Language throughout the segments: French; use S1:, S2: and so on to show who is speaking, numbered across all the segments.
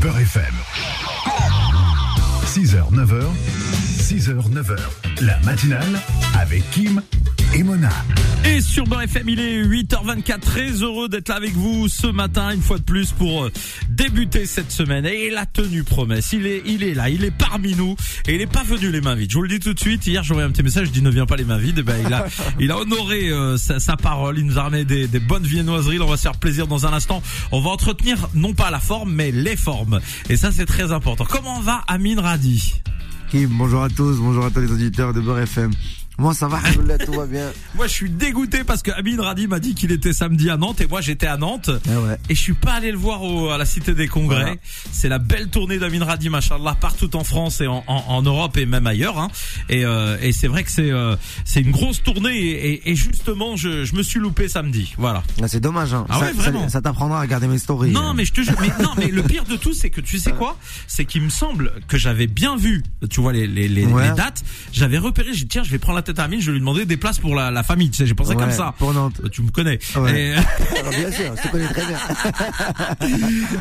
S1: Peur FM. 6h, 9h, 6h, 9h. La matinale avec Kim et Mona.
S2: Et sur Beurre FM, il est 8h24. Très heureux d'être là avec vous ce matin, une fois de plus, pour euh, débuter cette semaine. Et il a tenu promesse. Il est, il est là. Il est parmi nous. Et il n'est pas venu les mains vides. Je vous le dis tout de suite. Hier, j'ai envoyé un petit message. Je dis ne viens pas les mains vides. Et ben, il a, il a honoré euh, sa, sa parole. Il nous a ramené des, des bonnes viennoiseries. Là, On va se faire plaisir dans un instant. On va entretenir non pas la forme, mais les formes. Et ça, c'est très important. Comment va Amine Radi?
S3: Kim, bonjour à tous, bonjour à tous les auditeurs de Beurre FM. Moi ça va, Alhamdoulilah, tout va bien.
S2: Moi, je suis dégoûté parce que Amine Radi m'a dit qu'il était samedi à Nantes et moi, j'étais à Nantes.
S3: Ah ouais.
S2: Et je suis pas allé le voir au- à la Cité des Congrès.
S3: Voilà.
S2: C'est la belle tournée d'Amin Radim, machallah, partout en France et en, en- en Europe et même ailleurs. hein. Et, euh, et c'est vrai que c'est euh, c'est une grosse tournée et, et- et justement, je, je me suis loupé samedi. Voilà.
S3: Ah, C'est dommage, hein.
S2: Ah
S3: ça,
S2: ouais, vraiment.
S3: ça- ça t'apprendra à regarder mes stories.
S2: Non, mais je te jure. Mais non, mais le pire de tout, c'est que tu sais quoi C'est qu'il me semble que j'avais bien vu. Tu vois les les, les,
S3: Ouais.
S2: les dates. J'avais repéré. J'ai dit, tiens, je vais prendre la tête à Amine. Je vais lui demander des places pour la, la famille. Tu sais, j'ai pensé
S3: Ouais,
S2: comme ça. Euh,
S3: pour Nantes.
S2: Tu me connais.
S3: Ouais.
S2: Et-
S3: Alors, bien sûr, je te connais très bien.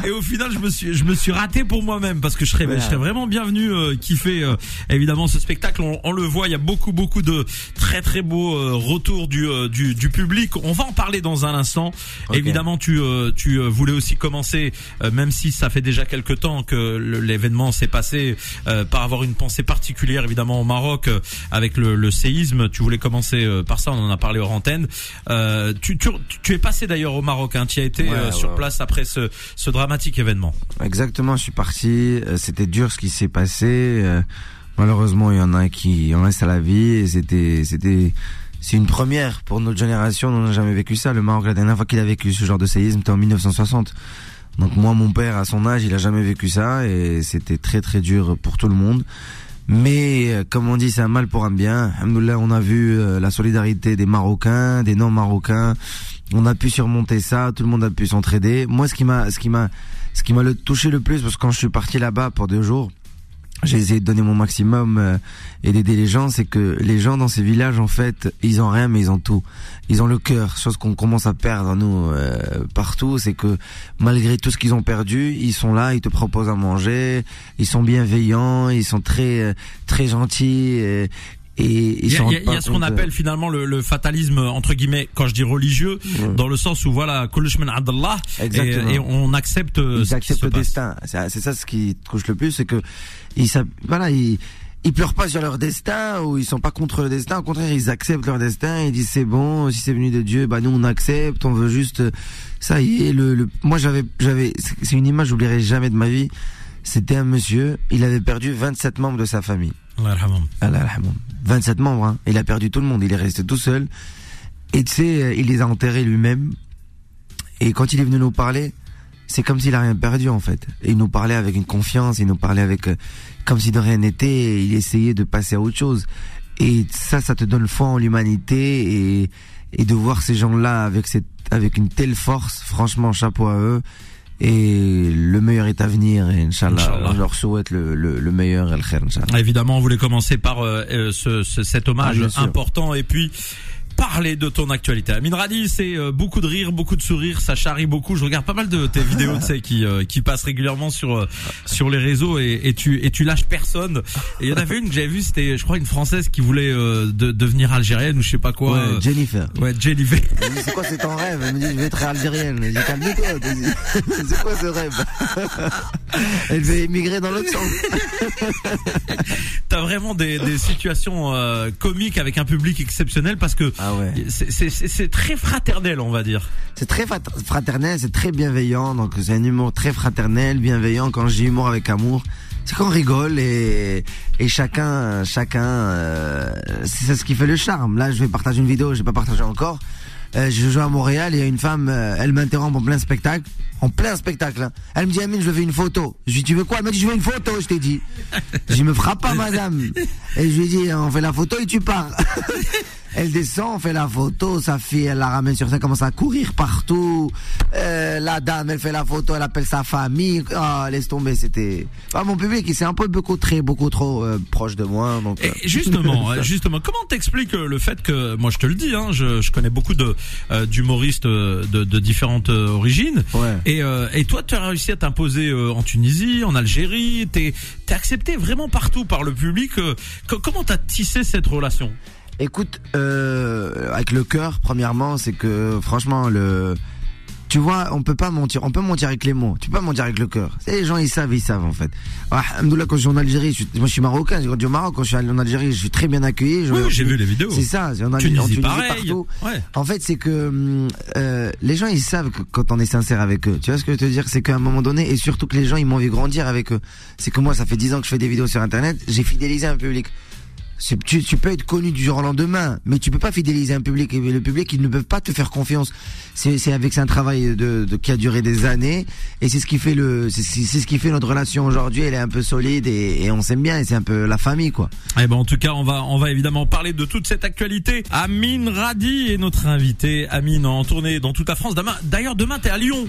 S2: Et au final, je me suis, je me suis raté pour moi-même parce que je serais, je serais vraiment bienvenu euh, kiffer euh, évidemment ce spectacle. On, on le voit, il y a beaucoup, beaucoup de très, très beaux euh, retours du, euh, du, du public. On va en parler dans un instant.
S3: Ok.
S2: Évidemment, tu, euh, tu euh, voulais aussi commencer, euh, même si ça fait déjà quelques temps que le- l'événement s'est passé, euh, par avoir une pensée particulière évidemment au Maroc euh, avec le, le séisme. Tu voulais commencer euh, par ça. On en a parlé hors antenne. Euh, tu, tu, tu es passé d'ailleurs au Maroc. Hein, tu y as été
S3: Ouais,
S2: euh, sur
S3: ouais.
S2: place après ce, ce dramatique événement.
S3: Exactement, je suis parti. euh, C'était dur ce qui s'est passé. euh, Malheureusement, il y en a qui en restent à la vie. et C'était, c'était, c'est une première pour notre génération. On n'a jamais vécu ça. Le Maroc, la dernière fois qu'il a vécu ce genre de séisme, c'était en 1960. Donc moi, mon père, à son âge, il a jamais vécu ça et c'était très très dur pour tout le monde. Mais euh, comme on dit, c'est un mal pour un bien. Alhamdoulilah, on a vu euh, la solidarité des Marocains, des non-Marocains. On a pu surmonter ça. Tout le monde a pu s'entraider. Moi, ce qui m'a, ce qui m'a, ce qui m'a le touché le plus, parce que quand je suis parti là-bas pour deux jours, j'ai essayé de donner mon maximum euh, et d'aider les gens, c'est que les gens dans ces villages, en fait, ils ont rien, mais ils ont tout. Ils ont le cœur, chose qu'on commence à perdre, nous, euh, partout, c'est que malgré tout ce qu'ils ont perdu, ils sont là, ils te proposent à manger, ils sont bienveillants, ils sont très, euh, très gentils, euh, et
S2: Il
S3: ils
S2: y a, il y
S3: se
S2: a-
S3: rendent
S2: il y a
S3: pas
S2: ce qu'on
S3: compte, euh,
S2: appelle finalement le, le fatalisme entre guillemets quand je dis religieux dans le sens où voilà Kulishman Abdallah et,
S3: Mm. euh, Exactement.
S2: et on accepte euh,
S3: ils
S2: ce qui
S3: acceptent
S2: se
S3: le
S2: passe.
S3: destin. C'est c'est ça ce qui te touche le plus, c'est que ils s'a- voilà ils ils pleurent pas sur leur destin ou ils sont pas contre le destin. Au contraire, ils acceptent leur destin. Ils disent c'est bon, si c'est venu de Dieu, bah nous on accepte. On veut juste euh, ça y est. Le, le- moi j'avais j'avais c'est- c'est une image que j'oublierai jamais de ma vie. C'était un monsieur, il avait perdu 27 membres de sa famille.
S2: Allah yarhamhum.
S3: Allah yarhamhum. 27 membres, hein. il a perdu tout le monde, il est resté tout seul. Et tu sais, euh, il les a enterrés lui-même. Et quand il est venu nous parler, c'est comme s'il a rien perdu en fait. Et il nous parlait avec une confiance, il nous parlait avec euh, comme si de rien n'était. et Il essayait de passer à autre chose. Et ça, ça te donne foi en l'humanité et, et de voir ces gens-là avec cette avec une telle force. Franchement, chapeau à eux. Et le meilleur est à venir. Et Inch'Allah,
S2: Inch'Allah.
S3: on leur souhaite le, le, le meilleur et le khair, Inch'Allah.
S2: Évidemment, on voulait commencer par euh, euh, ce, ce- cet hommage
S3: Ah, bien sûr.
S2: important et puis parler de ton actualité. Amine Radi, c'est euh, beaucoup de rire, beaucoup de sourires, ça charrie beaucoup. Je regarde pas mal de tes vidéos, tu sais, qui euh, qui passent régulièrement sur euh, sur les réseaux et, et tu et tu lâches personne. Et il y en avait une que j'avais vue, c'était je crois une française qui voulait euh, de- devenir algérienne ou je sais pas quoi.
S3: Ouais,
S2: euh,
S3: Jennifer.
S2: Ouais, Jennifer.
S3: Elle me dit, c'est quoi c'est ton rêve Elle me dit, je vais être algérienne. J'ai dit, calme-toi. t'as dit. C'est quoi ce rêve Elle veut émigrer dans l'autre sens.
S2: T'as vraiment des, des situations euh, comiques avec un public exceptionnel parce que
S3: Ah ouais.
S2: c'est- c'est c'est- c'est très fraternel, on va dire.
S3: C'est très frat- fraternel, c'est très bienveillant. Donc c'est un humour très fraternel, bienveillant. Quand je dis humour avec amour, c'est qu'on rigole et, et chacun, chacun, euh, c'est ça ce qui fait le charme. Là, je vais partager une vidéo, je vais pas partagé encore. Euh, je joue à Montréal et il y a une femme, euh, elle m'interrompt en plein spectacle, en plein spectacle. hein. Elle me dit Amine, je veux une photo. Je lui dis tu veux quoi Elle m'a dit je veux une photo. Je t'ai dit. Je dis, me frappe pas madame. Et je lui dis on fait la photo et tu pars. Elle descend, on fait la photo, sa fille, elle la ramène sur scène, commence à courir partout. Euh, la dame, elle fait la photo, elle appelle sa famille. Ah, laisse tomber, c'était. Enfin, mon public, il s'est un peu beaucoup très, beaucoup trop euh, proche de moi. Donc, euh,
S2: Et justement, euh, justement, comment t'expliques euh, le fait que, moi je te le dis, hein, je, je connais beaucoup de euh, d'humoristes euh, de, de différentes euh, origines.
S3: Ouais.
S2: Et, euh, et toi, tu as réussi à t'imposer euh, en Tunisie, en Algérie. T'es t'es accepté vraiment partout par le public. euh, co- comment t'as tissé cette relation
S3: Écoute, euh, avec le cœur, premièrement, c'est que franchement, le, tu vois, on peut pas mentir. On peut mentir avec les mots. Tu peux pas mentir avec le cœur. C'est les gens, ils savent, ils savent en fait. Ah, Alhamdoulilah, quand je suis en Algérie, je suis, moi je suis marocain. J'ai grandi au Maroc. Quand je suis allé en Algérie, je suis très bien accueilli. Je-
S2: Oui, oui, j'ai vu les vidéos.
S3: C'est ça. c'est En Algérie, en
S2: Tunisie,
S3: Tunisie,
S2: pareil.
S3: partout.
S2: Ouais.
S3: En fait, c'est que hum, euh, les gens ils savent que quand on est sincère avec eux. Tu vois ce que je veux te dire C'est qu'à un moment donné, et surtout que les gens ils m'ont vu grandir avec eux. C'est que moi, ça fait 10 ans que je fais des vidéos sur internet, j'ai fidélisé un public. C'est- Tu, tu peux être connu du jour au lendemain, mais tu peux pas fidéliser un public. Et le public, ils ne peuvent pas te faire confiance. C'est, c'est avec c'est un travail de, de- qui a duré des années, et c'est ce qui fait le, c'est, c'est- c'est ce qui fait notre relation aujourd'hui. Elle est un peu solide et, et on s'aime bien. Et c'est un peu la famille, quoi.
S2: Eh ben en tout cas, on va on va évidemment parler de toute cette actualité. Amine Radi est notre invité. Amine en tournée dans toute la France. Demain- D'ailleurs, demain t'es à Lyon,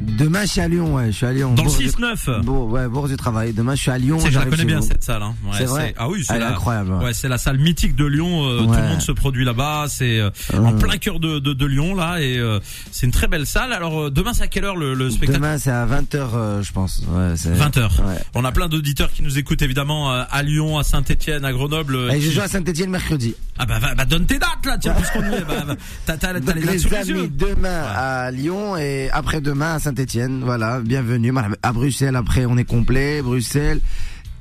S3: Demain, je suis à Lyon. Ouais, je suis à Lyon.
S2: dans le
S3: Bourg du-
S2: 6-9.
S3: Bon, ouais, Bourse du travail. Demain, je suis à Lyon.
S2: C'est, je la
S3: j'arrive
S2: connais
S3: chez
S2: bien
S3: vous.
S2: cette salle. Hein. Ouais,
S3: C'est vrai
S2: Ah oui, c'est
S3: Elle est
S2: la...
S3: incroyable.
S2: Ouais, c'est la salle mythique de Lyon. euh, Tout
S3: Ouais.
S2: le monde se produit là-bas. C'est euh, en plein cœur de, de, de Lyon là, et euh, c'est une très belle salle. Alors euh, demain, c'est à quelle heure le, le spectacle
S3: Demain, c'est à 20h, je pense. Ouais, c'est...
S2: 20 h
S3: Ouais.
S2: On a plein d'auditeurs qui nous écoutent évidemment euh, à Lyon, à Saint-Étienne, à Grenoble. euh,
S3: Et je
S2: qui-
S3: joue à Saint-Etienne mercredi.
S2: Ah bah, va- bah, donne tes dates là, tiens, puisqu'on y est. Bah, bah, t'as, t'as, t'as
S3: Donc,
S2: les dates sous
S3: les
S2: les yeux.
S3: amis, demain à Lyon et après-demain à Saint-Etienne. Voilà, bienvenue. Marhaba. À Bruxelles, après, on est complet. Bruxelles.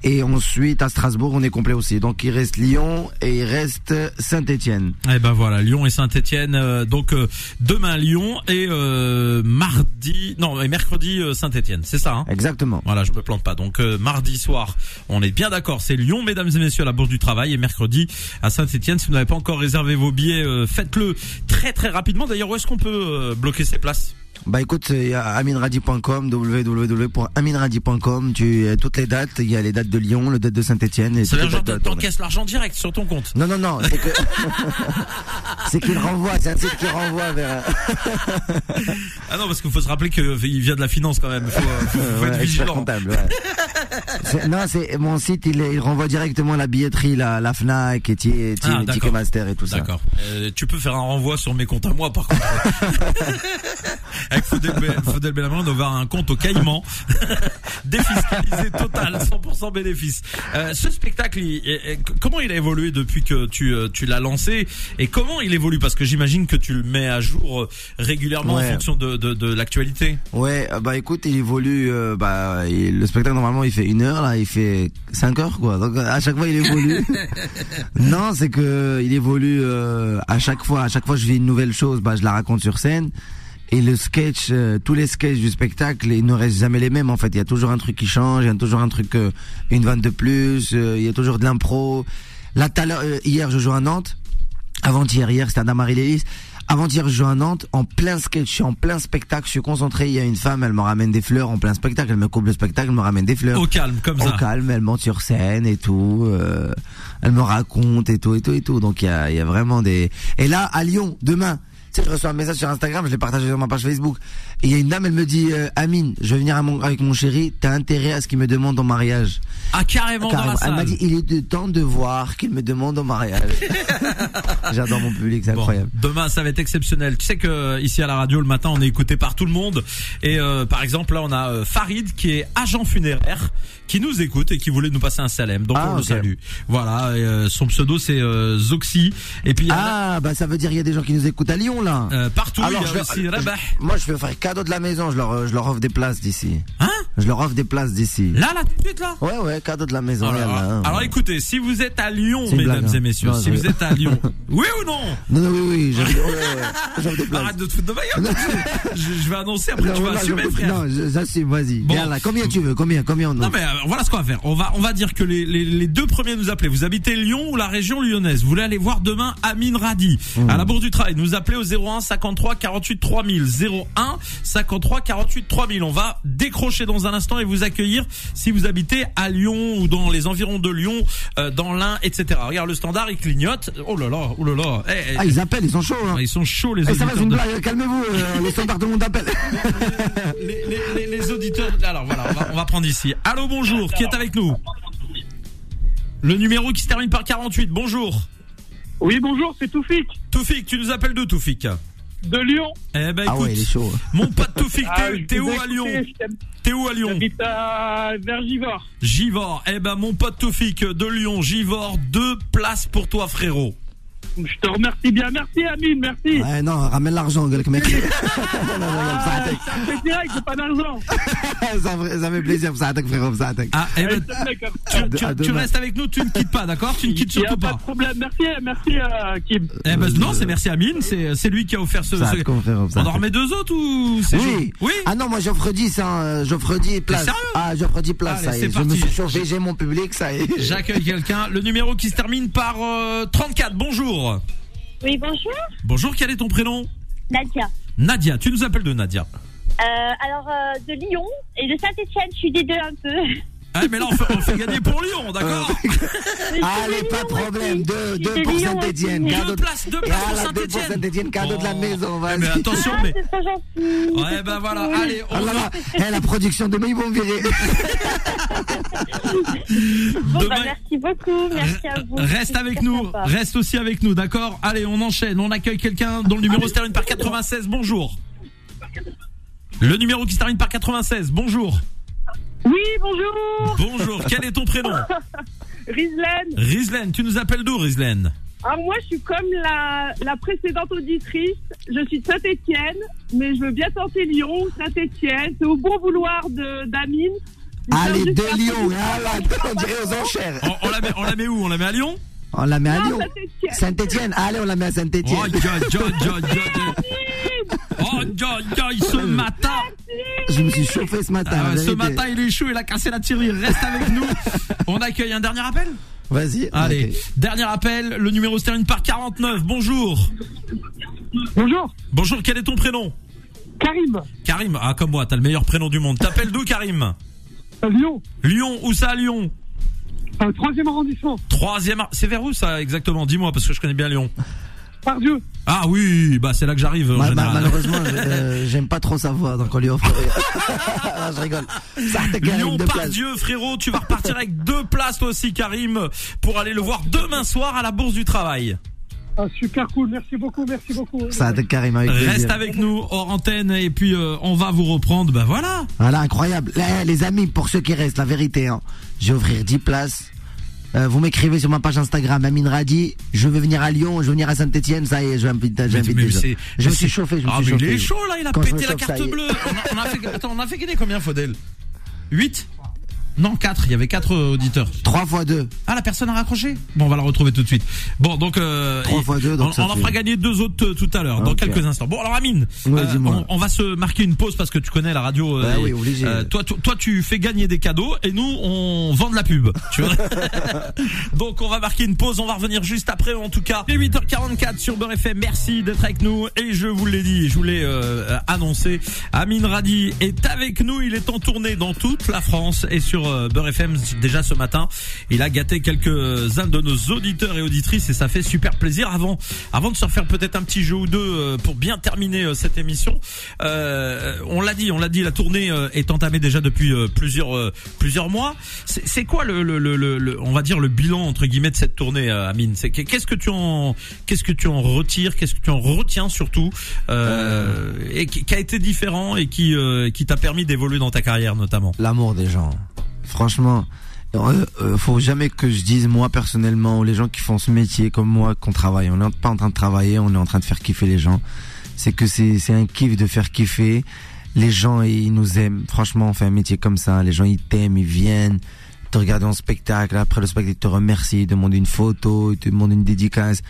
S3: Et ensuite, à Strasbourg, on est complet aussi. Donc, il reste Lyon et il reste Saint-Etienne.
S2: Eh ben voilà, Lyon et Saint-Étienne. euh, donc euh, demain Lyon et euh, mardi, non et mercredi Saint-Étienne. C'est ça. Hein
S3: Exactement.
S2: Voilà, je me plante pas. Donc euh, mardi soir, on est bien d'accord, c'est Lyon, mesdames et messieurs, à la Bourse du Travail, et mercredi à Saint-Etienne. Si vous n'avez pas encore réservé vos billets, euh, faites-le très très rapidement. D'ailleurs, où est-ce qu'on peut euh, bloquer ces places
S3: Bah écoute, il y a aminradi.com, www.aminradi.com, tu as toutes les dates, il y a les dates de Lyon, le date de Saint-Etienne et
S2: Ça veut
S3: toutes les
S2: dire
S3: dates
S2: que
S3: de-
S2: t'encaisses l'argent direct sur ton compte.
S3: Non, non, non, c'est que. c'est qu'il renvoie, c'est un site qui renvoie vers. euh,
S2: Ah non, parce qu'il faut se rappeler qu'il vient de la finance quand même. Faut, euh, faut- faut être
S3: Ouais, expert
S2: vigilant.
S3: comptable, ouais. C'est- Non, c'est mon site, il, est- il renvoie directement la billetterie, la, la Fnac, et, Ti- et Ti-
S2: Ah, d'accord.
S3: Ticketmaster et tout ça.
S2: D'accord. Euh, tu peux faire un renvoi sur mes comptes à moi, par contre. Avec Faudel, Be- Faudel Belhamra, on va avoir un compte au Caïman. Défiscalisé total, 100% bénéfice. Euh, ce spectacle, il- il- il- comment il a évolué depuis que tu, euh, tu l'as lancé Et comment il évolue Parce que j'imagine que tu le mets à jour euh, régulièrement en
S3: Ouais.
S2: fonction de, de, de l'actualité.
S3: Ouais, euh, bah écoute, il évolue. euh, bah, il- le spectacle normalement il fait une heure, là il fait cinq heures quoi. Donc euh, à chaque fois il évolue. non, c'est que il évolue euh, à chaque fois. À chaque fois je vis une nouvelle chose, bah je la raconte sur scène. Et le sketch, euh, tous les sketchs du spectacle, ils ne restent jamais les mêmes en fait. Il y a toujours un truc qui change, il y a toujours un truc, euh, une vanne de plus, euh, il y a toujours de l'impro. Là, tout à l'heure, euh, hier je joue à Nantes. Avant-hier, hier, c'était Adam Marie-Lélis. Avant-hier, je joue à Nantes, en plein sketch, je suis en plein spectacle, je suis concentré, il y a une femme, elle me ramène des fleurs en plein spectacle, elle me coupe le spectacle, elle me ramène des fleurs.
S2: Au calme, comme
S3: Euh, Au
S2: ça.
S3: calme, elle monte sur scène et tout, euh, elle me raconte et tout, et tout, et tout. Donc il y a, il y a vraiment des... Et là, à Lyon, demain, tu sais, je reçois un message sur Instagram, je l'ai partagé sur ma page Facebook, et il y a une dame, elle me dit, euh, Amine, je vais venir à mon- avec mon chéri, t'as intérêt à ce qu'il me demande en mariage.
S2: Ah, carrément, dans
S3: Carrément.
S2: la
S3: Elle
S2: salle.
S3: m'a dit, il est de temps de voir qu'il me demande en mariage. J'adore mon public, c'est
S2: Bon,
S3: incroyable.
S2: demain, ça va être exceptionnel. Tu sais que ici à la radio le matin, on est écouté par tout le monde. Et euh, par exemple, là, on a euh, Farid qui est agent funéraire, qui nous écoute et qui voulait nous passer un salem. Donc
S3: Ah,
S2: on le
S3: ok.
S2: salue. Voilà. et, euh, son pseudo c'est euh, Zoxy. Et puis il y en a,
S3: Ah, bah ça veut dire qu'il y a des gens qui nous écoutent à Lyon là.
S2: euh, partout il y a
S3: leur-
S2: aussi Rabah.
S3: je- euh, moi je vais faire cadeau de la maison, je leur, euh, je leur offre des places d'ici.
S2: Hein
S3: Je leur offre des places d'ici.
S2: Là, là, tout de suite là.
S3: Ouais, ouais, cadeau de la maison.
S2: Alors,
S3: yallah, hein.
S2: alors, écoutez, si vous êtes à Lyon,
S3: C'est une
S2: mesdames
S3: blague, hein.
S2: et messieurs,
S3: Non,
S2: si
S3: je-
S2: vous êtes à Lyon, oui ou non
S3: Non, non, oui, oui, j'offre ouais, ouais, j'offre des places.
S2: Arrête de te foutre de ma gueule, je, je vais annoncer après
S3: Non,
S2: tu vas
S3: voilà,
S2: assumer,
S3: j'offre-
S2: frère.
S3: non, je- j'assume, vas-y.
S2: Bon.
S3: Yallah, combien tu veux Combien Combien on
S2: Non
S3: offre
S2: mais euh, voilà ce qu'on va faire. On va on va dire que les, les, les deux premiers nous
S3: Mmh.
S2: appelez. Vous habitez Lyon ou la région lyonnaise. Vous voulez aller voir demain Amine Radi à la Bourse du Travail. Nous appelez au 01 53 48 3000. 01 53 48 3000. On va décrocher dans un instant et vous accueillir si vous habitez à Lyon ou dans les environs de Lyon, euh, dans l'Ain, etc. Regarde le standard, il clignote. Oh là là, oh là là. Eh, eh,
S3: Ah, ils appellent, ils sont chauds. hein.
S2: ils sont chauds les
S3: Eh, ça va, c'est
S2: auditeurs
S3: une
S2: de-
S3: blague, calmez-vous, euh, les standards de monde appellent.
S2: les, les- les- les auditeurs. Alors voilà, on va, on va prendre ici. Allô, bonjour, qui est avec nous Le numéro qui se termine par 48, bonjour.
S4: Oui, bonjour, c'est Toufik
S2: Toufik, tu nous appelles d'où Toufik
S4: de Lyon.
S2: Eh ben écoute,
S3: Ah ouais, il est chaud.
S2: mon pote Toufik,
S4: Ah, je
S2: t'es- t'es où
S4: vous ai
S2: à Lyon
S4: écouté, je t'aime.
S2: T'es où à Lyon
S4: J'habite à Vergivore.
S2: Givor, eh ben mon pote Toufik de Lyon, Givor, deux places pour toi frérot.
S4: Je te remercie bien. Merci, Amine, merci.
S3: Ouais, non, ramène l'argent, gueule, mec.
S4: Ah, ça fait direct, j'ai pas d'argent.
S3: ça, fait- ça fait plaisir, ça attaque, frérot, ça attaque.
S2: Ah, eh
S4: Allez,
S2: ben,
S4: salut, les gars.
S2: tu, tu-
S3: Eh, à
S2: tu
S3: demain.
S2: restes avec nous, tu ne quittes pas, d'accord Tu ne quittes
S4: Il y a
S2: surtout
S4: pas
S2: pas.
S4: de problème. Merci, merci, euh, Kim.
S2: Eh ben non, c'est merci Amine, c'est c'est lui qui a offert ce.
S3: Ça,
S2: ce-
S3: te confère, ça
S2: On
S3: te-
S2: en remet deux autres ou c'est
S3: Oui.
S2: Oui.
S3: Ah non, moi j'offre 10, hein. euh, J'offre 10 places.
S2: sérieux
S3: Ah, j'offre 10 places,
S2: Allez,
S3: ça y
S2: c'est
S3: est. Je
S2: parti.
S3: me suis chauffé, j'ai mon public, ça y est.
S2: J'accueille quelqu'un. Le numéro qui se termine par euh, 34. Bonjour.
S5: Oui, bonjour,
S2: Bonjour, quel est ton prénom
S5: Nadia.
S2: Nadia. Tu nous appelles de Nadia.
S5: Euh, alors, euh, de Lyon et de Saint-Etienne, je suis des deux un peu.
S2: Ah, mais là, on fait, on fait gagner pour Lyon, d'accord
S3: Euh,
S2: Eh, Ah,
S3: Allez, pas de problème. Deux,
S5: Je
S3: deux
S5: suis
S3: pour
S5: de Lyon
S3: Saint-Etienne.
S5: aussi.
S3: Cadeau
S2: Deux
S3: de...
S2: places, deux places pour
S3: Voilà, deux pour
S2: Saint-Etienne.
S3: Saint-Etienne, cadeau de la
S2: Oh.
S3: maison,
S2: Eh,
S3: vas-y.
S2: Mais attention,
S5: Ah,
S2: mais.
S5: c'est trop gentil.
S2: Ouais, ben voilà, allez,
S3: Oh
S2: on va.
S3: là là, eh, la production demain ils vont me virer.
S5: Bon, bah,
S2: Demain-
S5: merci beaucoup, merci à vous.
S2: Reste
S5: C'est
S2: avec
S5: super
S2: nous,
S5: sympa.
S2: reste aussi avec nous, d'accord Allez, on enchaîne, on accueille quelqu'un dont le numéro se termine par 96, bonjour. Le numéro qui se termine par 96, bonjour.
S4: Oui, bonjour.
S2: Bonjour, quel est ton prénom
S4: Rizlen.
S2: Rizlen, tu nous appelles d'où Rizlen
S4: Alors, moi, je suis comme la, la précédente auditrice. Je suis de Saint-Etienne, mais je veux bien tenter Lyon, Saint-Etienne. C'est au bon vouloir de- d'Amine. Il vient
S3: Allez,
S4: juste
S3: deux
S4: faire
S3: lions.
S4: son-
S2: hein,
S3: Ah là, on dirait aux enchères.
S2: on, on la met, on la met où On la met à Lyon
S3: On la met à
S4: Ah,
S3: Lyon.
S4: Saint-Étienne.
S3: Saint-Etienne, allez, on la met à
S2: Oh,
S3: Saint-Etienne.
S2: aïe, aïe, aïe, aïe, aïe. Oh, aïe, aïe, ce matin
S3: Je me suis chauffé ce matin.
S2: Oh, Ah ouais,
S3: la
S2: Ce
S3: vérité.
S2: matin, il est chaud, il a cassé la tirelire, reste avec nous. On accueille un dernier appel
S3: Vas-y.
S2: Allez,
S3: Ah, ok.
S2: dernier appel, le numéro se termine par 49, bonjour.
S4: Bonjour,
S2: Bonjour, quel est ton prénom
S4: Karim,
S2: Karim, ah comme moi, t'as le meilleur prénom du monde. T'appelles d'où Karim
S4: à euh, Lyon,
S2: Lyon, où ça à Lyon
S4: au troisième arrondissement,
S2: Troisième, ar- c'est vers où ça exactement Dis-moi parce que je connais bien Lyon.
S4: par Dieu.
S2: Ah oui, bah c'est là que j'arrive en
S3: Ma- ma-
S2: général.
S3: malheureusement, je- euh, j'aime pas trop sa voix, donc on lui offre. Ah, je rigole. Ça te gagne
S2: Lyon,
S3: de
S2: par
S3: place.
S2: Dieu, frérot, tu vas repartir avec deux places toi aussi, Karim, pour aller le voir demain soir à la Bourse du Travail.
S4: Ah, super cool, merci beaucoup, merci beaucoup.
S3: Ça te carrément avec
S2: Reste
S3: plaisir.
S2: avec nous hors antenne et puis euh, on va vous reprendre. Bah voilà.
S3: Voilà, incroyable. Eh, les amis, pour ceux qui restent, la vérité, hein, je vais ouvrir 10 places. Euh, vous m'écrivez sur ma page Instagram, Amine Radi. Je vais venir à Lyon, je vais venir à Saint-Etienne. Ça y est, je vais inviter. Je, vais inviter
S2: Mais- mais
S3: les gens.
S2: c'est-
S3: je me
S2: mais
S3: suis
S2: c'est-
S3: chauffé. Je me
S2: Ah
S3: suis
S2: mais il
S3: chauffé.
S2: est chaud là, il a
S3: Quand je me
S2: pété la
S3: chauffe, ça
S2: carte
S3: y est.
S2: bleue. On a, on a fait, attends, on a fait gagner combien Faudel 8 Non, 4, il y avait 4 auditeurs.
S3: 3 fois 2.
S2: Ah, la personne a raccroché Bon, on va la retrouver tout de suite. Bon, donc... Euh,
S3: Trois
S2: il-
S3: fois deux, donc
S2: on,
S3: ça
S2: on en
S3: fait-
S2: fera gagner deux autres euh, tout à l'heure, dans
S3: Ok.
S2: quelques instants. Bon, alors Amine,
S3: Ouais,
S2: euh,
S3: dis-moi.
S2: on, on va se marquer une pause parce que tu connais la radio. euh,
S3: Bah
S2: et,
S3: oui, obligé.
S2: toi, tu, toi, tu fais gagner des cadeaux et nous, on vend de la pub. Tu vois donc, on va marquer une pause. On va revenir juste après, en tout cas. Il est 8h44 sur Beurre FM. Merci d'être avec nous. Et je vous l'ai dit, je vous l'ai euh, annoncé. Amine Radi est avec nous. Il est en tournée dans toute la France et sur euh, Beurre FM déjà ce matin. Il a gâté quelques-uns de nos auditeurs et auditrices et ça fait super plaisir. Avant, avant de se refaire peut-être un petit jeu ou deux euh, pour bien terminer euh, cette émission, euh, on l'a dit, on l'a dit, la tournée euh, est entamée déjà depuis euh, plusieurs euh, plusieurs mois. C'est c'est quoi le, le, le, le- le- on va dire le bilan entre guillemets de cette tournée, euh, Amine C'est que- qu'est-ce que tu en qu'est-ce que tu en retires, qu'est-ce que tu en retiens surtout, euh, et qui, qui a été différent et qui euh, qui t'a permis d'évoluer dans ta carrière notamment.
S3: L'amour des gens. Franchement, euh, euh, faut jamais que je dise moi personnellement ou les gens qui font ce métier comme moi qu'on travaille. On n'est pas en train de travailler, on est en train de faire kiffer les gens. C'est que c'est c'est un kiff de faire kiffer. Les gens ils nous aiment. Franchement, on fait un métier comme ça. Les gens ils t'aiment, ils viennent te regarder en spectacle. Après le spectacle, ils te remercient, ils te demandent une photo, ils te demandent une dédicace.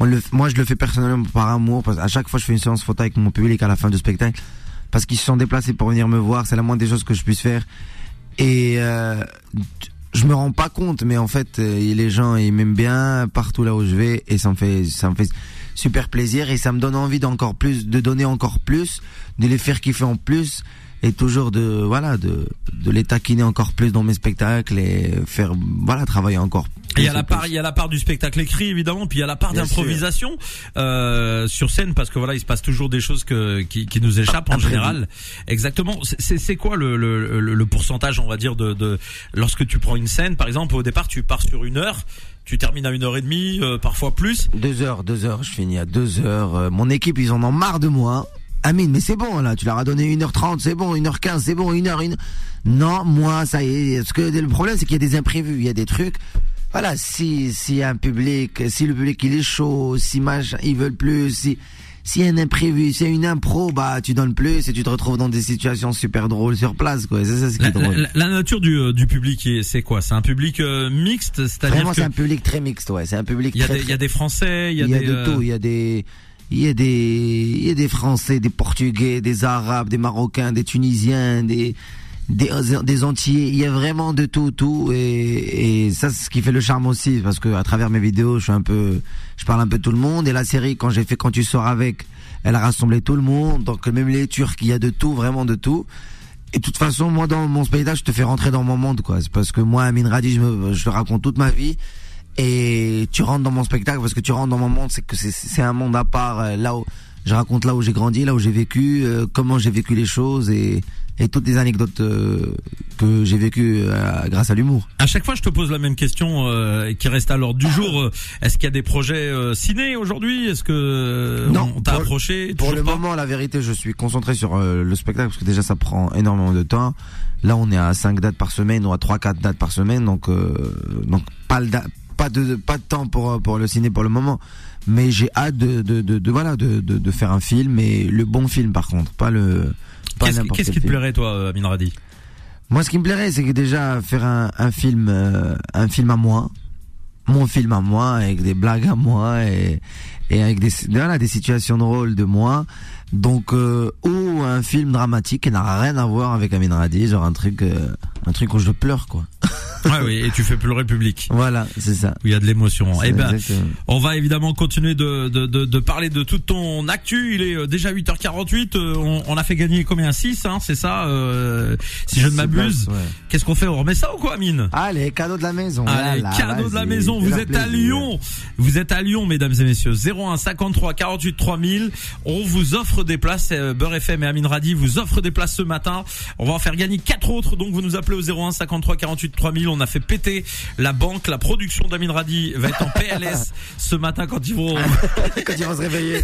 S3: On le, moi, je le fais personnellement par amour parce qu'à chaque fois, je fais une séance photo avec mon public à la fin du spectacle parce qu'ils se sont déplacés pour venir me voir. C'est la moindre des choses que je puisse faire. Et euh, je me rends pas compte, mais en fait, euh, les gens ils m'aiment bien partout là où je vais et ça me fait, ça me fait super plaisir et ça me donne envie d'encore plus, de donner encore plus, de les faire kiffer en plus et toujours de voilà de de les taquiner encore plus dans mes spectacles et faire voilà travailler encore
S2: Il
S3: plus
S2: y a la
S3: et plus.
S2: part, il y a la part du spectacle écrit évidemment, puis il y a la part
S3: Bien sûr.
S2: d'improvisation euh, sur scène parce que voilà, il se passe toujours des choses que, qui, qui nous échappent en
S3: Imprévu.
S2: général. Exactement. C'est- C'est c'est quoi le, le, le- le pourcentage, on va dire, de, de lorsque tu prends une scène, par exemple, au départ, tu pars sur une heure, tu termines à une heure et demie, euh, parfois plus.
S3: Deux heures, deux heures, je finis à deux heures. Euh, mon équipe, ils en ont marre de moi. Amine, mais c'est bon là, tu leur as donné 1h30, c'est bon, 1h15, c'est bon, 1h, 1 Non, moi, ça y est. Parce que le problème, c'est qu'il y a des imprévus, il y a des trucs. Voilà, si si y a un public, si le public il est chaud, si machin, ils veulent plus, si s'il y a un imprévu, s'il y a une impro, bah tu donnes plus et tu te retrouves dans des situations super drôles sur place, quoi. C'est ça ce qui
S2: La,
S3: est drôle.
S2: la- la nature du, euh, du public, est- c'est quoi C'est un public euh, mixte, c'est-à-dire
S3: Vraiment,
S2: que
S3: c'est un public très mixte, ouais. C'est un public
S2: il y, a
S3: très,
S2: des-
S3: très-
S2: il y a des Français, il y a,
S3: Il y a
S2: des,
S3: de
S2: euh,
S3: tout. Il y a des, il y a des, il y a des Français, des Portugais, des Arabes, des Marocains, des Tunisiens, des, des, des Antillais. Il y a vraiment de tout, tout. Et, et ça, c'est ce qui fait le charme aussi, parce que à travers mes vidéos, je suis un peu, je parle un peu de tout le monde. Et la série, quand j'ai fait Quand tu sors avec, elle a rassemblé tout le monde. Donc même les Turcs, il y a de tout, vraiment de tout. Et de toute façon, moi, dans mon spectacle, je te fais rentrer dans mon monde, quoi. C'est parce que moi, Amin Radi, je, me, je te raconte toute ma vie. Et tu rentres dans mon spectacle parce que tu rentres dans mon monde, c'est que c'est- c'est un monde à part. euh, Là où je raconte là où j'ai grandi, là où j'ai vécu, euh, comment j'ai vécu les choses et, et toutes les anecdotes euh, que j'ai vécues euh, grâce à l'humour.
S2: À chaque fois, je te pose la même question euh, qui reste à l'ordre du jour. Euh, Est-ce qu'il y a des projets euh, ciné aujourd'hui Est-ce que euh,
S3: Non,
S2: on t'a
S3: pour-
S2: approché
S3: Pour
S2: Toujours
S3: le
S2: pas
S3: moment, la vérité, je suis concentré sur euh, le spectacle parce que déjà ça prend énormément de temps. Là, on est à 5 dates par semaine ou à 3-4 dates par semaine, donc euh, donc pas le da- pas de pas de temps pour euh, pour le ciné pour le moment. Mais j'ai hâte de de, de, de- voilà de, de de faire un film et le bon film par contre, pas le pas
S2: Qu'est-ce
S3: n'importe
S2: qu'est-ce
S3: quel
S2: qui te
S3: film.
S2: plairait, toi, euh, Amin Radi
S3: Moi, ce qui me plairait, c'est que déjà faire un, un film, euh, un film à moi, mon film à moi, avec des blagues à moi et, et avec des, voilà, des situations drôles de moi. Donc, euh, ou un film dramatique qui n'a rien à voir avec Amin Radi, genre un truc, euh, un truc où je pleure, quoi.
S2: Ouais, Ah oui, et tu fais pleurer le public.
S3: Voilà, c'est ça.
S2: Où il y a de l'émotion. Eh
S3: C'est
S2: ben,
S3: exactement.
S2: on va évidemment continuer de, de, de, de parler de toute ton actu. Il est euh, déjà 8h48. euh, On, on a fait gagner combien 6, hein, c'est ça euh, Si je ne
S3: C'est
S2: m'abuse.
S3: pas- ouais.
S2: Qu'est-ce qu'on fait On remet ça ou quoi, Amine
S3: Allez, cadeau de la maison.
S2: Allez,
S3: Voilà,
S2: cadeau de la
S3: vas-y,
S2: maison. Vous
S3: fais-leur
S2: êtes à
S3: plaisir.
S2: Lyon. Vous êtes à Lyon, mesdames et messieurs. 01 53 48 3000. On vous offre des places. euh, Beurre FM et Amine Radi vous offrent des places ce matin. On va en faire gagner quatre autres. Donc vous nous appelez au 01 53 48 3000. On a fait péter la banque. La production d'Amine Radi va être en PLS ce matin quand ils vont,
S3: Quand ils vont se réveiller.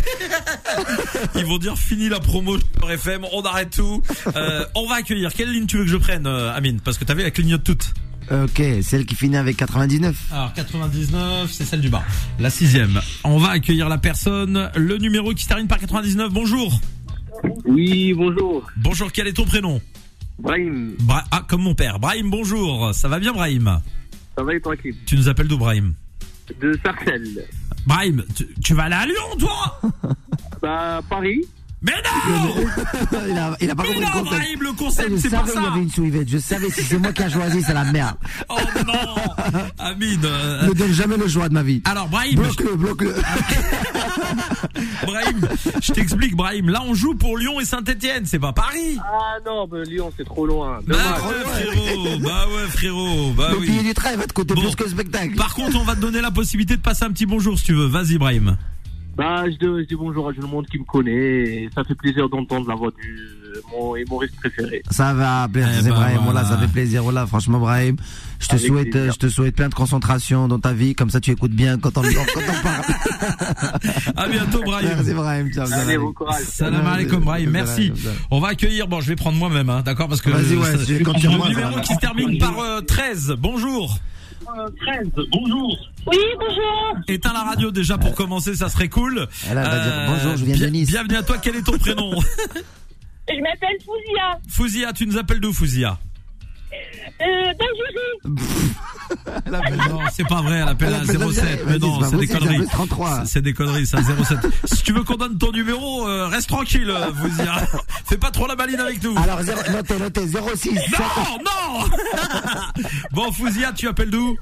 S2: ils vont dire fini la promo sur Beurre FM. On arrête tout. Euh, on va accueillir. Quelle ligne tu veux que je prenne, euh, Amine? Parce que t'avais la clignote toute.
S3: Ok, celle qui finit avec 99.
S2: Alors 99, c'est celle du bas. La sixième. On va accueillir la personne. Le numéro qui se termine par 99. Bonjour.
S4: Oui, bonjour.
S2: Bonjour. Quel est ton prénom
S4: Brahim,
S2: Bra- Ah, comme mon père. Brahim. Bonjour. Ça va bien, Brahim
S4: ça va et tranquille.
S2: Tu nous appelles d'où, Brahim
S4: De Sarcelles.
S2: Brahim, tu, tu vas aller à Lyon, toi
S4: Bah, Paris.
S2: Mais non
S3: il, a, il a pas
S2: Mais
S3: compris le
S2: non,
S3: concept.
S2: Brahim, le
S3: Ah,
S2: concept,
S3: je
S2: c'est pas
S3: savais qu'il y
S2: ça.
S3: avait une soulevette. Je savais si c'est moi qui a choisi, c'est la merde.
S2: Oh non, Amine. euh,
S3: Ne donne jamais le choix de ma vie.
S2: Alors, Brahim.
S3: Bloque-le, bloque-le.
S2: Brahim, je t'explique, Brahim. Là, on joue pour Lyon et Saint-Etienne, c'est pas Paris.
S4: Ah non, bah, Lyon, c'est trop loin.
S2: Bah
S4: Dommage.
S2: ouais, frérot. Bah ouais, frérot. Bah
S3: Le
S2: oui.
S3: billet du train va te coûter
S2: Bon. Bah.
S3: plus que le spectacle.
S2: Par contre, on va te donner la possibilité de passer un petit bonjour si tu veux. Vas-y, Brahim.
S4: Bah, je, dis- je dis bonjour à tout le monde qui me connaît. et ça fait plaisir d'entendre la voix du mon humoriste préféré.
S3: Ça va, plaisir,
S2: Eh
S3: c'est
S2: ben,
S3: Brahim.
S2: voilà.
S3: Voilà, ça fait plaisir. Voilà, franchement, Brahim, je te
S4: Avec
S3: souhaite, euh,
S4: plaisir.
S3: je te souhaite plein de concentration dans ta vie. Comme ça, tu écoutes bien quand on, quand on parle.
S2: À bientôt, Brahim.
S3: Merci, Brahim. Ciao,
S4: Allez,
S3: salam.
S4: bon courage.
S2: Salam alaikum, Brahim. Merci. On va accueillir. Bon, je vais prendre moi-même, hein, d'accord, parce que
S3: Vas-y, ouais,
S2: ça-
S3: tu- quand tu
S2: le
S3: rentres,
S2: numéro
S3: voilà.
S2: qui se termine par euh, 13. Bonjour.
S5: Oui, bonjour.
S2: Éteins la radio déjà pour commencer, ça serait cool. Euh,
S3: Elle, elle va dire, bonjour, je viens de
S2: bien-
S3: Nice.
S2: Bienvenue à toi. Quel est ton prénom
S5: Je m'appelle Fouzia,
S2: Fouzia, tu nous appelles d'où, Fouzia
S5: euh, d'Algérie.
S2: Non, c'est pas vrai. Elle appelle
S3: Elle
S2: à
S3: appelle
S2: 07.
S3: Vas-y,
S2: Mais non,
S3: pas
S2: c'est des
S3: possible,
S2: conneries.
S3: j'appelle 33.
S2: C'est- C'est des conneries, ça, 07. Si tu veux qu'on donne ton numéro, euh, reste tranquille, euh, Fouzia. Fais pas trop la maline avec nous.
S3: Alors, zéro- notez, notez, 06.
S2: Non, non Bon, Fouzia, tu appelles d'où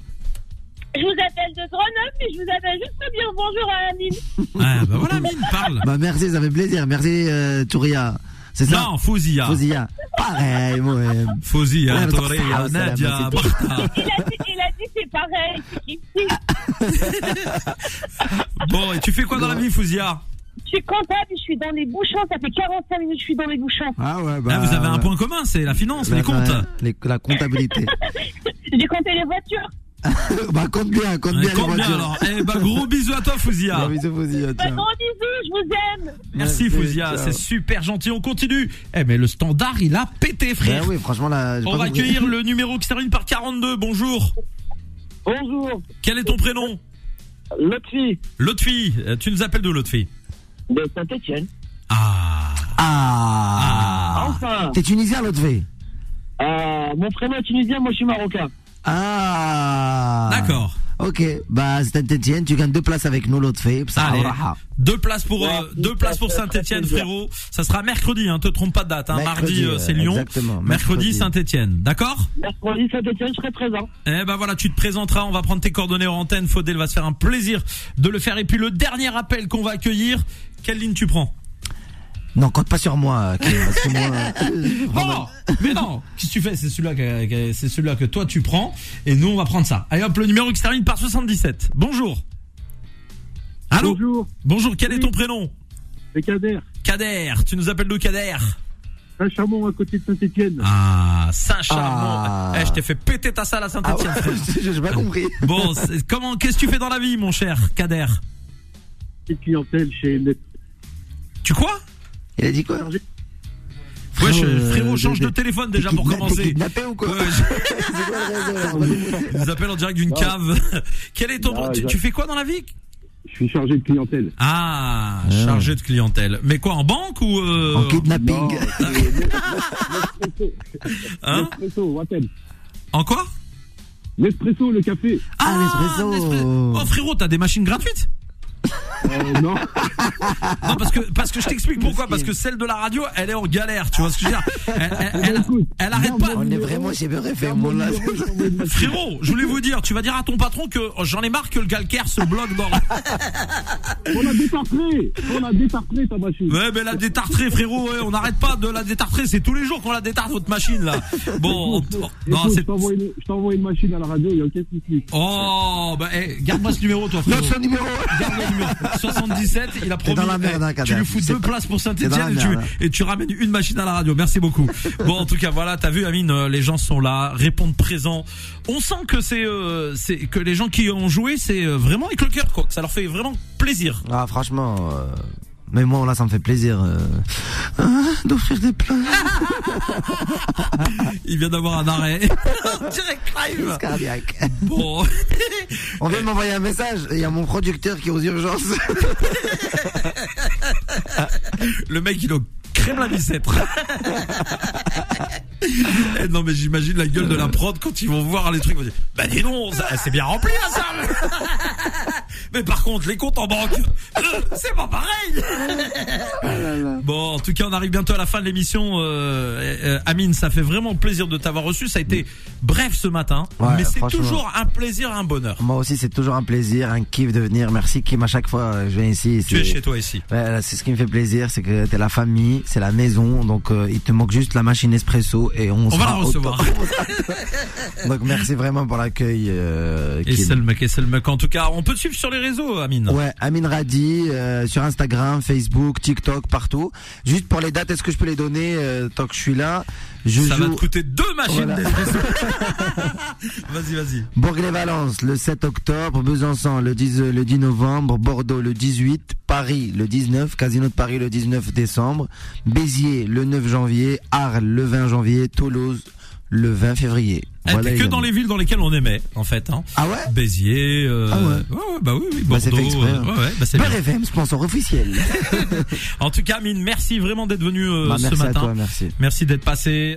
S5: Je vous appelle de Grenoble, mais je vous appelle juste pour dire bonjour à Amine.
S2: Ah, bah voilà, Mine, parle.
S3: Bah merci, ça fait plaisir. Merci euh, Touria. C'est ça
S2: Non, Fozia.
S3: Fozia. Pareil, moi.
S2: Fozia,
S3: Ouais,
S2: Torea,
S3: bah, ça,
S2: euh, Nadia,
S3: bah, c'est
S2: Martha.
S5: Il a dit, il a dit c'est pareil.
S2: Bon, et tu fais quoi dans la vie, Fozia
S5: Je suis comptable, je suis dans les bouchons. Ça fait 45 minutes que je suis dans les bouchons.
S3: Ah ouais, bah.
S2: Ah, Vous avez un
S3: ouais.
S2: point commun, c'est la finance, les
S3: Bah,
S2: comptes.
S3: ouais, les- la comptabilité.
S5: J'ai compté les voitures.
S3: bah, compte bien, compte
S2: Ouais,
S3: bien les
S2: compte bien
S3: voitures.
S2: alors. Eh bah, gros bisous à toi, Fouzia.
S3: Bah, bisous, Fozia,
S5: Un
S3: tiens.
S5: grand bisou, je vous aime.
S2: Merci,
S3: Merci,
S2: Fouzia.
S3: ciao.
S2: C'est super gentil. On continue. Eh, mais le standard, il a pété, frère.
S3: Bah oui, franchement, là. j'ai
S2: On
S3: pas
S2: va
S3: compris.
S2: accueillir le numéro qui se termine par 42. Bonjour.
S4: Bonjour,
S2: Quel est ton prénom
S4: l'autre fille
S2: L'autre fille. Euh, Tu nous appelles de l'autre fille.
S4: de Saint-Etienne.
S2: Ah.
S3: Ah.
S4: Enfin,
S3: T'es tunisien, l'autre fille
S4: euh, mon prénom est tunisien, moi je suis marocain.
S3: Ah.
S2: D'accord.
S3: Ok, bah, Saint-Etienne, tu gagnes deux places avec nous, l'autre fille. Ça ah.
S2: Allez.
S3: aura.
S2: Deux places pour
S4: Ouais,
S2: euh, deux places pour Saint-Étienne
S4: plaisir.
S2: frérot. Ça sera mercredi hein, te trompe pas de date hein.
S3: Mercredi,
S2: mardi euh, c'est
S3: euh,
S2: Lyon.
S3: exactement,
S2: mercredi
S3: mercredi.
S2: Saint-Étienne. D'accord
S4: Mercredi, Saint-Etienne, je serai présent.
S2: Eh ben voilà, tu te présenteras, on va prendre tes coordonnées en antenne, Faudel va se faire un plaisir de le faire et puis le dernier appel qu'on va accueillir, quelle ligne tu prends
S3: Non, compte pas sur moi, euh, Kim, parce que moi. je vais
S2: Non,
S3: prendre-
S2: Oh, mais non, qu'est-ce que tu fais C'est celui-là que, que- c'est celui-là que toi tu prends et nous on va prendre ça. Allez hop, le numéro qui se termine par 77. Bonjour. Allô Bonjour,
S4: Bonjour,
S2: quel est ton prénom
S4: c'est Kader,
S2: Kader, tu nous appelles de Kader.
S4: Saint-Chamond à côté de Saint-Etienne.
S2: Ah, Saint-Charmant.
S3: Ah.
S2: Eh, je t'ai fait péter ta salle à
S3: Ah
S2: Saint-Etienne.
S3: ouais, j'ai pas compris.
S2: Bon, c'est- comment, qu'est-ce que tu fais dans la vie, mon cher Kader
S4: Petite clientèle chez Net.
S2: Tu quoi
S3: Il a dit quoi
S2: Ouais,
S3: Frérot,
S2: je-
S3: euh,
S2: frérot,
S3: t'es-
S2: change de
S3: t'es-
S2: téléphone déjà
S3: T'es
S2: pour
S3: kidna- t'es
S2: commencer.
S3: kidnappé ou
S2: Ouais,
S3: quoi
S2: je-
S3: C'est quoi le réseau, là
S2: je nous appelle en direct d'une cave. Quel est ton,
S4: Non,
S2: tu,
S4: je-
S2: tu fais quoi dans la vie
S4: Je suis chargé de clientèle.
S2: Ah,
S3: Ah.
S2: chargé de clientèle. Mais quoi, en banque ou euh,
S3: En kidnapping.
S4: Non,
S2: hein
S4: Nespresso, Watten.
S2: En quoi
S4: Nespresso, le café.
S3: Ah, l'espresso.
S2: Nespresso. Oh frérot, t'as des machines gratuites
S4: Euh, non,
S3: Ah.
S2: Non, parce que parce que je t'explique pourquoi. Parce que celle de la radio, elle est en galère. Tu vois ce que je veux dire Elle, elle- elle-
S4: écoute,
S2: elle arrête pas.
S3: On est vraiment chez BRFM, mon là.
S2: Frérot, je voulais vous dire, tu vas dire à ton patron que oh, j'en ai marre que le calcaire se bloque dans.
S4: on a détartré. On a détartré ta machine.
S2: Ouais, mais la détartrée, frérot, ouais, on n'arrête pas de la détartrer. C'est tous les jours qu'on la détarte votre machine là. Bon, on- non,
S4: Écoute,
S2: c'est.
S4: je t'envoie une, je t'envoie une machine à la radio, il y a aucun souci.
S2: Oh, bah, eh, garde-moi ce numéro, toi, frérot.
S3: Notre numéro.
S2: Garde le numéro. 77, il a promis.
S3: dans la merde, hein,
S2: eh, tu
S3: Kader.
S2: lui fous
S3: Tu sais
S2: deux
S3: pas.
S2: places pour
S3: T'es dans
S2: Saint-Etienne
S3: la
S2: et, tu-
S3: merde, hein.
S2: et tu ramènes une machine à la radio. Merci beaucoup. Bon, en tout cas, voilà, t'as vu, Amine, euh, les gens sont là, répondent présents. On sent que c'est, euh, c'est que les gens qui ont joué, c'est euh, vraiment avec le cœur, quoi. Que ça leur fait vraiment plaisir.
S3: Ah, franchement. euh, Mais moi, là, ça me fait plaisir euh, ah, d'offrir des plats.
S2: Il vient d'avoir un arrêt. En Direct live.
S3: cardiaque.
S2: Bon.
S3: On vient de m'envoyer un message. Il y a mon producteur qui est aux urgences.
S2: Le mec, il a crème la bicêtre. Eh non, mais j'imagine la gueule de la prod quand ils vont voir les trucs. ils vont dire, bah dis donc, ça- c'est bien rempli la salle. mais par contre, les comptes en banque, euh, c'est pas pareil. bon, en tout cas, on arrive bientôt à la fin de l'émission. Euh, euh, Amine, ça fait vraiment plaisir de t'avoir reçu. Ça a été bref ce matin,
S3: Ouais,
S2: mais c'est
S3: franchement.
S2: toujours un plaisir, un bonheur.
S3: Moi aussi, c'est toujours un plaisir, un kiff de venir. Merci Kim à chaque fois. euh, Je viens ici.
S2: Tu
S3: c'est-
S2: es chez toi ici.
S3: Ouais, là, c'est ce qui me fait plaisir, c'est que t'es la famille, c'est la maison, donc euh, il te manque juste la machine espresso et on,
S2: On va
S3: sera
S2: la
S3: au
S2: recevoir.
S3: top. donc merci vraiment pour l'accueil. Euh,
S2: Et
S3: Kim.
S2: c'est le mec, et c'est le mec. En tout cas, on peut te suivre sur les réseaux, Amine.
S3: Ouais, Amine Radi euh, sur Instagram, Facebook, TikTok, partout. Juste pour les dates, est-ce que je peux les donner euh, tant que je suis là Je
S2: Ça va
S3: joue
S2: te coûter deux machines
S3: Voilà.
S2: d'espresso. vas-y, vas-y.
S3: Bourg-les-Valence le 7 octobre, Besançon le 10, le 10 novembre, Bordeaux le 18, Paris le 19, Casino de Paris le 19 décembre, Béziers le 9 janvier, Arles le 20 janvier, Toulouse le 20 février.
S2: Eh,
S3: Voilà,
S2: t'es
S3: les
S2: que
S3: amis.
S2: dans les villes dans lesquelles on aimait, en fait. Hein.
S3: Ah ouais
S2: Béziers, euh,
S3: Ah ouais.
S2: ouais, bah oui, oui,
S3: Bah, c'est
S2: Bordeaux.
S3: fait exprès,
S2: euh,
S3: hein.
S2: ouais, ouais, bah, c'est
S3: Beurre
S2: bien.
S3: FM, sponsor officiel.
S2: En tout cas, Mine, merci vraiment d'être venu euh,
S3: Bah,
S2: ce
S3: merci à
S2: matin.
S3: toi, merci.
S2: Merci d'être passé.